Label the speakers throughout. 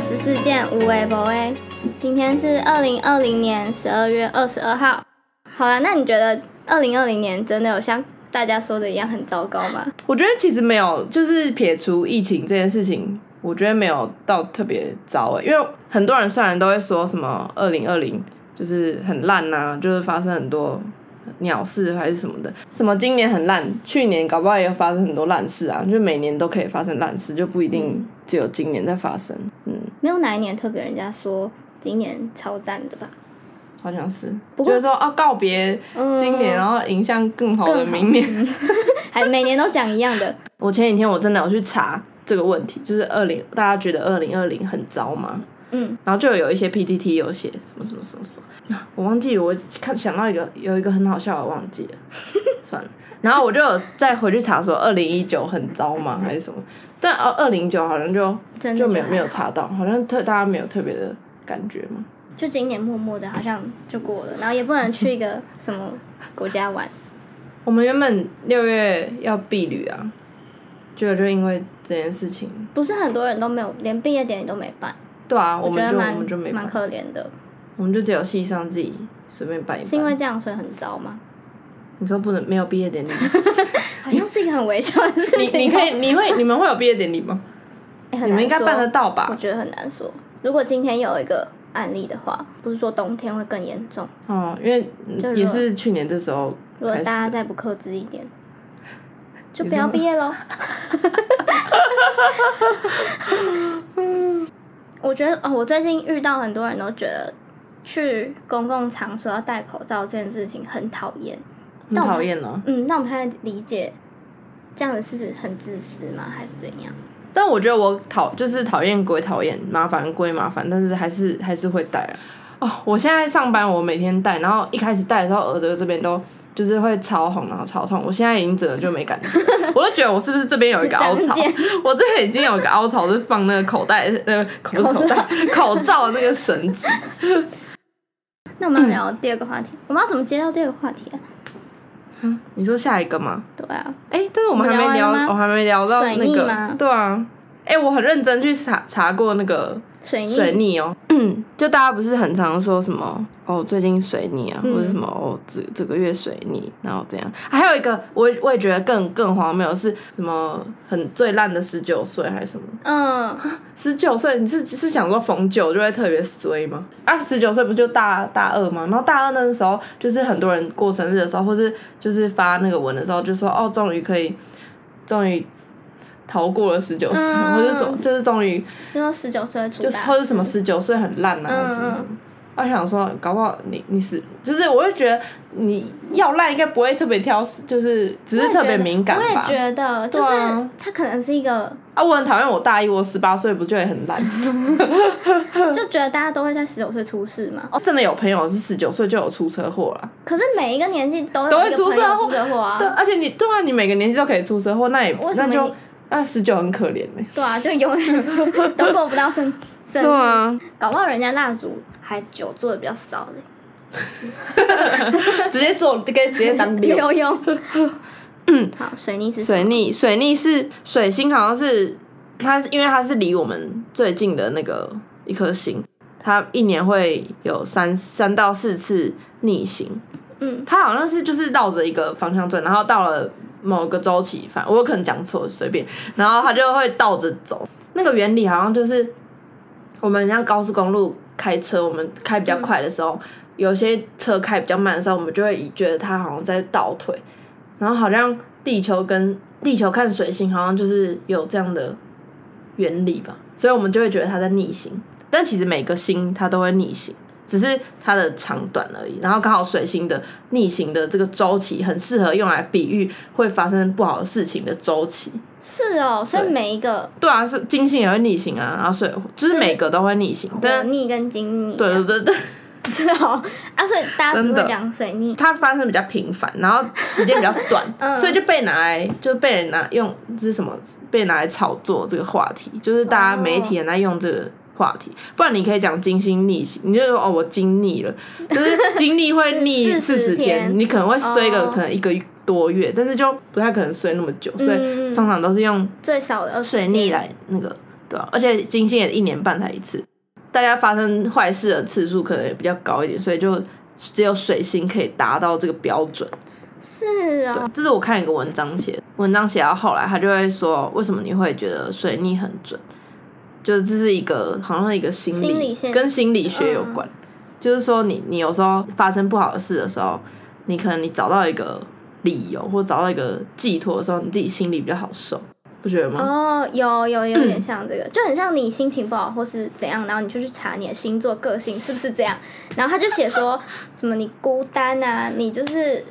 Speaker 1: 十四件无为博 A。今天是二零二零年十二月二十二号。好了，那你觉得二零二零年真的有像大家说的一样很糟糕吗？
Speaker 2: 我觉得其实没有，就是撇除疫情这件事情，我觉得没有到特别糟欸诶、因为很多人虽然都会说什么二零二零就是很烂呐、就是发生很多鸟事还是什么的，什么今年很烂，去年搞不好也有发生很多烂事啊，就每年都可以发生烂事，就不一定
Speaker 1: 嗯
Speaker 2: 只有今年在发生。嗯，
Speaker 1: 没有哪一年特别人家说今年超赞的吧？
Speaker 2: 好像是，
Speaker 1: 不
Speaker 2: 就
Speaker 1: 过
Speaker 2: 是说哦，告别
Speaker 1: 嗯
Speaker 2: 今年，然哦后迎向更好的
Speaker 1: 更好
Speaker 2: 明年。
Speaker 1: 还每年都讲一样的。
Speaker 2: 我前几天我真的有去查这个问题，就是二零，大家觉得二零二零很糟吗？
Speaker 1: 嗯，
Speaker 2: 然后就有一些 PTT 有写什么什么什么什么，啊我忘记我看想到一个有一个很好笑，我忘记了， 算了。然后我就有再回去查说二零一九很糟吗还是什么，但二二零九好像就
Speaker 1: 真的
Speaker 2: 就没有
Speaker 1: 还
Speaker 2: 没有查到，好像特大家没有特别的感觉嘛。
Speaker 1: 就今年默默的好像就过了，然后也不能去一个什么国家玩。
Speaker 2: 我们原本六月要避旅啊，结果就因为这件事情，
Speaker 1: 不是很多人都没有，连毕业典礼都没办，
Speaker 2: 对啊，我
Speaker 1: 觉
Speaker 2: 们
Speaker 1: 得
Speaker 2: 就我
Speaker 1: 蛮
Speaker 2: 们就没办
Speaker 1: 蛮可怜的。
Speaker 2: 我们就只有系上自己随便办一办。
Speaker 1: 是因为这样所以很糟吗？
Speaker 2: 你说不能没有毕业典礼吗，
Speaker 1: 好像是一个很微笑的事
Speaker 2: 你
Speaker 1: 情。
Speaker 2: 你可以你会你们会有毕业典礼吗？
Speaker 1: 哎
Speaker 2: 你们应该办得，到
Speaker 1: 很难说我
Speaker 2: 吧？
Speaker 1: 觉得很难说。如果今天有一个案例的话，不是说冬天会更严重。
Speaker 2: 哦，因为
Speaker 1: 就
Speaker 2: 嗯
Speaker 1: 如果
Speaker 2: 也是去年这时候
Speaker 1: 如果
Speaker 2: 开始
Speaker 1: 大
Speaker 2: 的，
Speaker 1: 家再不克制一 点，就
Speaker 2: 你
Speaker 1: 不要
Speaker 2: 说
Speaker 1: 毕业喽。 我觉得哦，我最近遇到很多人都觉得去公共场所要戴口罩这件事情很讨厌。
Speaker 2: 很讨厌哦。
Speaker 1: 嗯，那我们现在理解这样子是很自私吗？还是怎样？
Speaker 2: 但我觉得我讨就是讨厌归讨厌，麻烦归麻烦，但是还是还是会戴啊。哦，我现在上班我每天戴，然后一开始戴的时候耳朵这边都就是会超红，然后超痛。我现在已经整个就没感觉，我都觉得我是不是这边有一个 凹槽
Speaker 1: 长茧？
Speaker 2: 我这边已经有一个凹槽，是放那个口袋呃口不是口袋口罩的那个绳子。
Speaker 1: 那我们要聊第二个话题，我们要怎么接到第二个话题啊？
Speaker 2: 嗯你说下一个吗？
Speaker 1: 对啊，
Speaker 2: 哎、但是我们还没聊，
Speaker 1: 我们聊
Speaker 2: 哦
Speaker 1: 完了吗
Speaker 2: 我还没聊到
Speaker 1: 水
Speaker 2: 那
Speaker 1: 逆
Speaker 2: 个
Speaker 1: 吗，
Speaker 2: 对啊，哎、我很认真去查查过那个
Speaker 1: 水逆，嗯
Speaker 2: 水逆哦，就大家不是很常说什么哦，最近水逆啊，
Speaker 1: 嗯
Speaker 2: 或者什么哦，这这个月水逆，然后怎样？还有一个，我也我也觉得更更荒谬是什么很最烂的十九岁还是什么？
Speaker 1: 嗯，
Speaker 2: 十九岁你是是想说逢九就会特别衰吗？啊，十九岁不就大大二吗？然后大二那时候就是很多人过生日的时候，或是就是发那个文的时候，就说哦，终于可以，终于逃过了十九岁，
Speaker 1: 嗯
Speaker 2: 或者说就是终于
Speaker 1: 就说十九岁会出
Speaker 2: 就是
Speaker 1: 大
Speaker 2: 或者
Speaker 1: 事
Speaker 2: 什么十九岁很烂啊，
Speaker 1: 嗯
Speaker 2: 还是什么什么。我想说，搞不好你你是就是，我会觉得你要烂应该不会特别挑，就是只是特别敏感
Speaker 1: 我也
Speaker 2: 吧。
Speaker 1: 觉得，就
Speaker 2: 对
Speaker 1: 是
Speaker 2: 啊
Speaker 1: 他可能是一个，
Speaker 2: 啊，我很讨厌我大一，我十八岁不就也很烂？
Speaker 1: 就觉得大家都会在十九岁出事嘛。
Speaker 2: 哦，真的有朋友是十九岁就有出车祸了。
Speaker 1: 可是每一个年纪都有
Speaker 2: 都会
Speaker 1: 一个
Speaker 2: 出
Speaker 1: 朋友
Speaker 2: 车祸
Speaker 1: 出车祸啊
Speaker 2: 对，，而且你对啊，你每个年纪都可以出车祸，那也
Speaker 1: 为什
Speaker 2: 那
Speaker 1: 么
Speaker 2: 就
Speaker 1: 你
Speaker 2: 那十九很可怜欸呢、
Speaker 1: 对啊，就永远 都过不到生生日，
Speaker 2: 啊，
Speaker 1: 搞不好人家蜡烛还酒做的比较少嘞，
Speaker 2: 直接做可以直 接当六。
Speaker 1: 有用。好，水泥是
Speaker 2: 嗯水逆，水逆是水星，好像是它是因为它是离我们最近的那个一颗星，它一年会有三三到四次逆行。
Speaker 1: 嗯，
Speaker 2: 它好像是就是绕着一个方向转，然后到了某个周期，反正我有可能讲错，随便，然后它就会倒着走。那个原理好像就是我们像高速公路开车，我们开比
Speaker 1: 嗯
Speaker 2: 较快的时候，有些车开比较慢的时候，我们就会以觉得它好像在倒退，然后好像地球跟地球看水星好像就是有这样的原理吧，所以我们就会觉得它在逆行。但其实每个星它都会逆行，只是它的长短而已。然后刚好水星的逆行的这个周期很适合用来比喻会发生不好的事情的周期。
Speaker 1: 是哦，所以
Speaker 2: 对
Speaker 1: 每一个
Speaker 2: 对啊，是金星也会逆行啊，然后水就是每个都会逆行，
Speaker 1: 火
Speaker 2: 但
Speaker 1: 逆跟金逆，啊
Speaker 2: 对对对对，
Speaker 1: 是哦啊，所以大家只
Speaker 2: 真
Speaker 1: 会
Speaker 2: 的
Speaker 1: 讲水逆，
Speaker 2: 嗯它发生比较频繁，然后时间比较短，
Speaker 1: 嗯
Speaker 2: 所以就被拿来就被人拿用这是什么被拿来炒作这个话题，就是大家媒体很爱用这个话题。不然你可以讲金星逆行，你就说哦我经逆了，就是经历会逆
Speaker 1: 40
Speaker 2: 四十天，
Speaker 1: 天
Speaker 2: 你可能会衰个
Speaker 1: 哦
Speaker 2: 可能一个多月，但是就不太可能衰那么久，所以
Speaker 1: 嗯
Speaker 2: 通常都是用
Speaker 1: 最少的二十
Speaker 2: 水逆来那个对啊，而且金星也一年半才一次，大家发生坏事的次数可能也比较高一点，所以就只有水星可以达到这个标准。
Speaker 1: 是
Speaker 2: 对
Speaker 1: 哦，，
Speaker 2: 这是我看一个文章写的，文章写到后来，他就会说，为什么你会觉得水逆很准？就是这是一个好像是一个心理
Speaker 1: 心理现嗯
Speaker 2: 跟心理学有关，就是说你你有时候发生不好的事的时候，你可能你找到一个理由或找到一个寄托的时候，你自己心里比较好受，不觉得吗？
Speaker 1: 哦，有有有点像这个，就很像你心情不好或是怎样，然后你就去查你的星座个性是不是这样，然后他就写说什么你孤单啊，你就是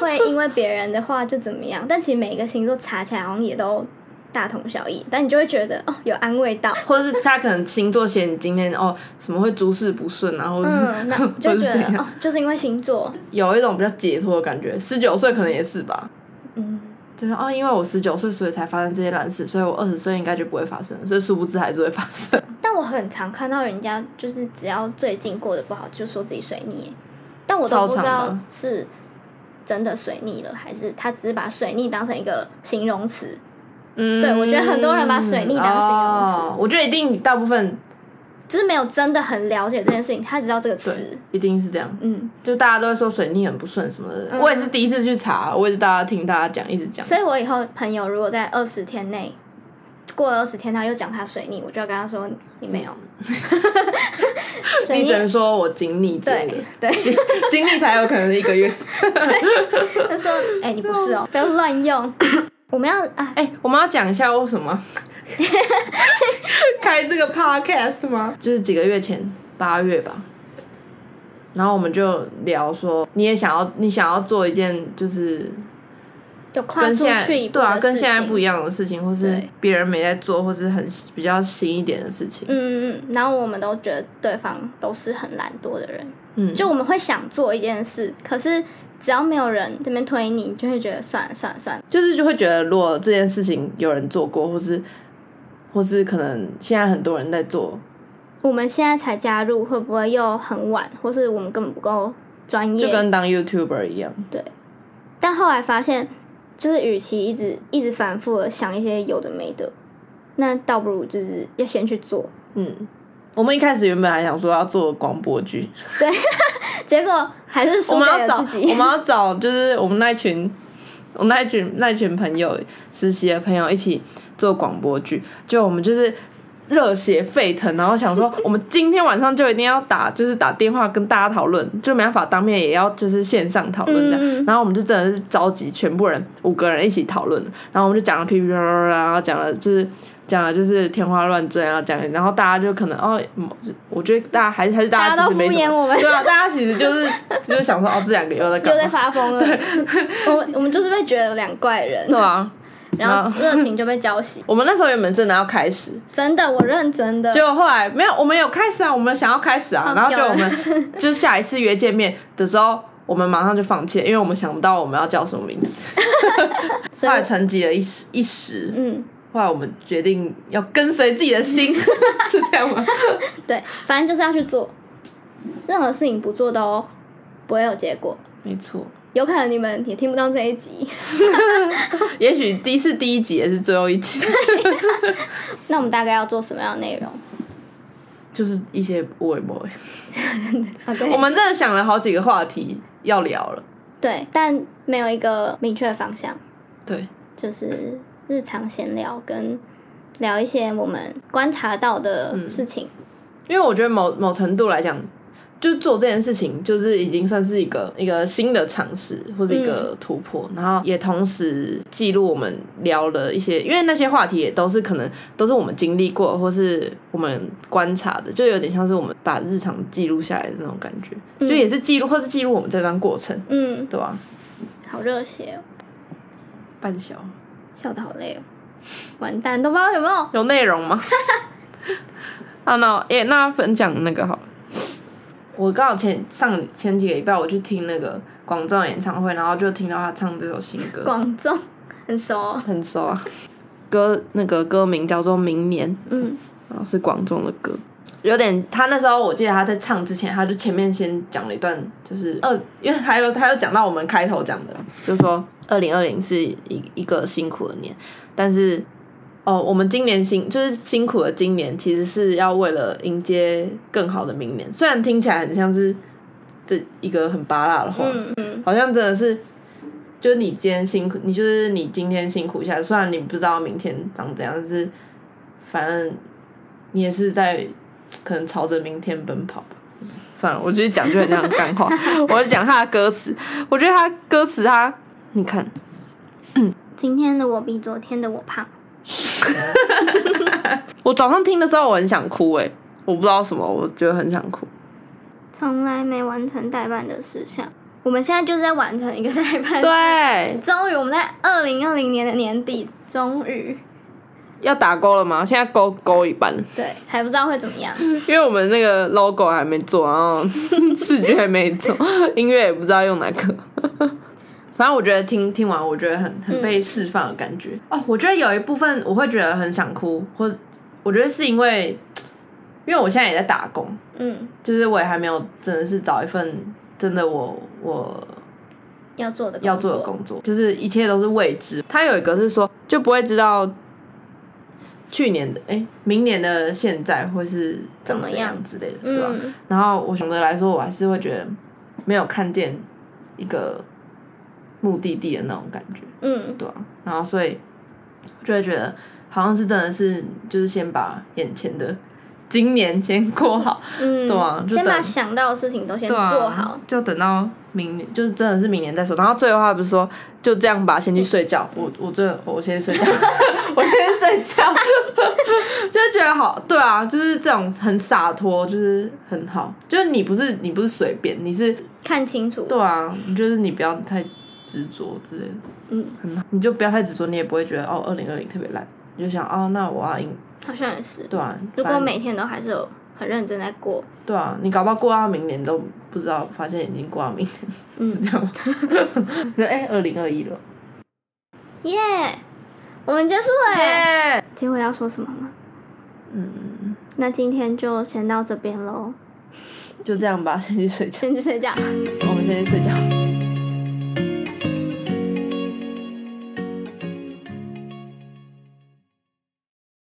Speaker 1: 会因为别人的话就怎么样，但其实每一个星座查起来好像也都大同小异，但你就会觉得哦有安慰到，
Speaker 2: 或者是他可能星座写你今天哦什么会诸事不顺啊，或者是、
Speaker 1: 嗯，那就
Speaker 2: 或是
Speaker 1: 觉
Speaker 2: 怎
Speaker 1: 得
Speaker 2: 样，
Speaker 1: 哦就是因为星座，
Speaker 2: 有一种比较解脱的感觉。十九岁可能也是吧，
Speaker 1: 嗯。
Speaker 2: 就是哦，因为我十九岁，所以才发生这些烂事，所以我二十岁应该就不会发生了，所以殊不知还是会发生。
Speaker 1: 但我很常看到人家就是只要最近过得不好，就说自己水逆耶，但我都不知
Speaker 2: 超常
Speaker 1: 道
Speaker 2: 的
Speaker 1: 是真的水逆了，还是他只是把水逆当成一个形容词。
Speaker 2: 嗯
Speaker 1: 对我觉得很多人把水逆当形容词
Speaker 2: 哦我觉得一定大部分
Speaker 1: 就是没有真的很了解这件事情，他只知道这个词
Speaker 2: 对。，一定是这样，
Speaker 1: 嗯，
Speaker 2: 就大家都会说水逆很不顺什么的。
Speaker 1: 嗯
Speaker 2: 我也是第一次去查，我也是大家听大家讲，一直讲。
Speaker 1: 所以我以后朋友如果在二十天内过了二十天，他又讲他水逆，我就要跟他说你没有。
Speaker 2: 嗯
Speaker 1: 水
Speaker 2: 你
Speaker 1: 逆
Speaker 2: 只能说我经历之类的
Speaker 1: 对，对，
Speaker 2: 经经历才有可能是一个月。
Speaker 1: 他说哎、你不 是哦，不要乱用。我们要啊，
Speaker 2: 哎、我们要讲一下为什么 开这个 podcast 吗？就是几个月前，八月吧。然后我们就聊说，你也想要，你想要做一件就是
Speaker 1: 有跨
Speaker 2: 跟
Speaker 1: 出
Speaker 2: 现在
Speaker 1: 去一步
Speaker 2: 对啊，跟现在
Speaker 1: 一
Speaker 2: 不一样的事情，或是
Speaker 1: 对
Speaker 2: 别人没在做，或是很比较新一点的事情。
Speaker 1: 嗯嗯，嗯，然后我们都觉得对方都是很懒惰的人，
Speaker 2: 嗯，
Speaker 1: 就我们会想做一件事，可是只要没有人这边推你，你就会觉得算了算了算了，
Speaker 2: 就是就会觉得，如果这件事情有人做过，或是或是可能现在很多人在做，
Speaker 1: 我们现在才加入，会不会又很晚，或是我们根本不够专业？
Speaker 2: 就跟当 YouTuber 一样。
Speaker 1: 但后来发现，就是与其一直一直反复的想一些有的没的，那倒不如就是要先去做。
Speaker 2: 嗯，我们一开始原本还想说要做广播剧，
Speaker 1: 结果还是输
Speaker 2: 我
Speaker 1: 给
Speaker 2: 们要
Speaker 1: 了
Speaker 2: 找
Speaker 1: 自己。
Speaker 2: 我们要找就是我们那群我们那群那群朋友实习的朋友一起做广播剧，就我们就是。热血沸腾，然后想说，我们今天晚上就一定要打，就是打电话跟大家讨论，就没办法当面也要就是线上讨论这样。
Speaker 1: 嗯
Speaker 2: 然后我们就真的是召集全部人五个人一起讨论，然后我们就讲了噼噼啪啪啪，然后讲了就是讲了就是天花乱坠，然后讲，然后大家就可能哦，嗯我觉得大家还是还是
Speaker 1: 大
Speaker 2: 大
Speaker 1: 家
Speaker 2: 家
Speaker 1: 都
Speaker 2: 其实没
Speaker 1: 敷
Speaker 2: 什
Speaker 1: 衍
Speaker 2: 么
Speaker 1: 我们
Speaker 2: 对啊，大家其实就是就是想说哦，这两个又 在
Speaker 1: 又
Speaker 2: 干
Speaker 1: 在
Speaker 2: 嘛？
Speaker 1: 发疯了， 我们我们就是被觉得有两怪人，
Speaker 2: 对啊，
Speaker 1: 然后热情就被浇熄。
Speaker 2: 我们那时候原本真的要开始，
Speaker 1: 真的，我认真的。
Speaker 2: 结果后来没有，我们有开始啊，我们想要开始
Speaker 1: 放
Speaker 2: 啊，然后
Speaker 1: 掉
Speaker 2: 就
Speaker 1: 哦了
Speaker 2: 我 们就是下一次约见面的时候，我们马上就放弃了，因为我们想不到我们要叫什么名 字。后
Speaker 1: 所以
Speaker 2: 来沉寂了一时一时，
Speaker 1: 嗯，
Speaker 2: 后来我们决定要跟随自己 的心，是这样吗？
Speaker 1: 对，反正就是要去做，任何事情不做都不会有结果。
Speaker 2: 没错，
Speaker 1: 有可能你们也听不到这一集，
Speaker 2: 也许第是第一集，也是最后一集，
Speaker 1: 那我们大概要做什么样的内容？
Speaker 2: 就是一些微博。
Speaker 1: 啊，对
Speaker 2: 我们真的想了好几个话题要聊了。
Speaker 1: 对，但没有一个明确的方向，
Speaker 2: 对，
Speaker 1: 就是日常闲聊跟聊一些我们观察到的事情。
Speaker 2: 因为我觉得某某程度来讲，就是做这件事情，就是已经算是一个一个新的尝试或者一个突破，然后也同时记录我们聊的一些，因为那些话题也都是可能都是我们经历过或是我们观察的，就有点像是我们把日常记录下来的那种感觉，
Speaker 1: 嗯
Speaker 2: 就也是记录或是记录我们这段过程，
Speaker 1: 嗯，
Speaker 2: 对吧、
Speaker 1: 好热血哦，
Speaker 2: 半小
Speaker 1: 笑得好累哦，完蛋，都不知道有没有。
Speaker 2: 有内容吗？ 啊，那诶、那分享那个好了。我刚好前上前几个礼拜我去听那个广州演唱会，然后就听到他唱这首新歌，
Speaker 1: 广众很熟哦、
Speaker 2: 很熟啊。歌那个歌名叫做《明年》，
Speaker 1: 嗯，
Speaker 2: 然啊后是广众的歌，有点他那时候我记得他在唱之前，他就前面先讲了一段，就是二，因为还有他有讲到我们开头讲的，就说二零二零是一一个辛苦的年，但是。哦，我们今年辛就是辛苦的今年，其实是要为了迎接更好的明年。虽然听起来很像是这一个很拔辣的话，
Speaker 1: 嗯嗯，
Speaker 2: 好像真的是，就是你今天辛苦，你就是你今天辛苦一下，虽然你不知道明天长怎样，但是反正你也是在可能朝着明天奔跑吧。算了，我就是讲句很像干话， 我就讲他的歌词。我觉得他歌词他，你看，
Speaker 1: 今天的我比昨天的我胖，
Speaker 2: 我早上听的时候我很想哭诶、我不知道什么，我觉得很想哭。
Speaker 1: 从来没完成代办的事项。我们现在就是在完成一个代办。，
Speaker 2: 对，啊
Speaker 1: 终于我们在二零二零年的年底，终于
Speaker 2: 要打勾了吗？现在勾勾一半了。
Speaker 1: 对，还不知道会怎么样。
Speaker 2: 因为我们那个 logo 还没做，然后视觉还没做， 音乐也不知道用哪个。 反正我觉得听听完，我觉得很很被释放的感觉、哦。我觉得有一部分我会觉得很想哭，或我觉得是因为，因为我现在也在打工，
Speaker 1: 嗯，
Speaker 2: 就是我也还没有真的是找一份真的我我
Speaker 1: 要做的工作
Speaker 2: 要做的工作，就是一切都是未知。他有一个是说，就不会知道去年的哎、明年的现在会是
Speaker 1: 怎
Speaker 2: 长
Speaker 1: 么
Speaker 2: 怎
Speaker 1: 样
Speaker 2: 样之类的，对吧、啊
Speaker 1: 嗯，
Speaker 2: 然后我总的来说，我还是会觉得没有看见一个目的地的那种感觉，
Speaker 1: 嗯，
Speaker 2: 对啊，然后所以就会觉得好像是真的是就是先把眼前的今年先过好，
Speaker 1: 嗯，
Speaker 2: 对啊就啊
Speaker 1: 先把
Speaker 2: 等
Speaker 1: 想到的事情都先做好。，
Speaker 2: 就等到明年，就是真的是明年再说。然后最后他不是说就这样吧，先去睡觉。我我这我先睡觉， 我先睡觉， 就是觉得好，对啊，就是这种很洒脱，就是很好。就是你不是你不是随便，你是
Speaker 1: 看清楚，
Speaker 2: 对啊，你就是你不要太执着之类的，
Speaker 1: 嗯，
Speaker 2: 很好，你就不要太执着，你也不会觉得哦，二零二零特别烂，你就想哦，那我要赢，
Speaker 1: 好像也是。
Speaker 2: 对啊，
Speaker 1: 如
Speaker 2: 反
Speaker 1: 果
Speaker 2: 正
Speaker 1: 每天都还是有很认真在过，
Speaker 2: 对啊，你搞不好过到明年都不知道，发现已经过到明年，
Speaker 1: 嗯
Speaker 2: 是这样吗？就哎，二零二一了，
Speaker 1: 耶、我们结束了耶。
Speaker 2: 耶！
Speaker 1: 结尾要说什么吗？
Speaker 2: 嗯，
Speaker 1: 那今天就先到这边喽，
Speaker 2: 就这样吧，先去睡觉，
Speaker 1: 先去睡觉。
Speaker 2: 我们先去睡觉。